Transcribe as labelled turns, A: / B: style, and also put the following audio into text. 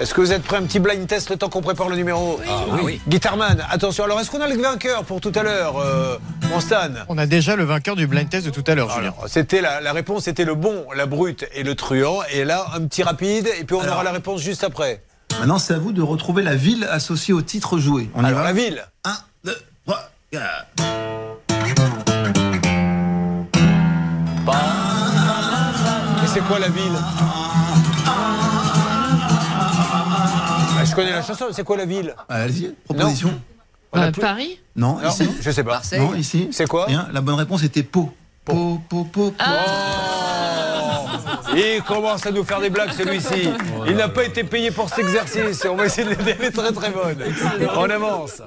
A: Est-ce que vous êtes prêts un petit blind test le temps qu'on prépare le numéro Ah oui. Guitarman, attention. Alors, est-ce qu'on a le vainqueur pour tout à l'heure, euh, mon Stan
B: On a déjà le vainqueur du blind test de tout à l'heure, Julien.
A: Alors, c'était la, la réponse, c'était le bon, la brute et le truand. Et là, un petit rapide, et puis on
C: Alors.
A: aura la réponse juste après.
C: Maintenant, Ah c'est à vous de retrouver la ville associée au titre joué.
B: On y
A: Alors,
B: va
A: la ville.
C: 1, 2, 3, 4.
A: Mais c'est quoi la ville Ah, Je connais la chanson, mais c'est quoi la ville
C: Allez-y, proposition.
A: On a
D: Euh,
A: plus-
D: Paris
C: Non,
A: Non,
C: ici
A: je sais pas.
C: Non, ici
A: C'est quoi
C: Rien. La bonne réponse était Pau. Pau, Pau, Pau, Pau.
A: Il commence à nous faire des blagues celui-ci. Il n'a pas été payé pour cet exercice. On va essayer de l'aider. Elle est très très bonne. On avance.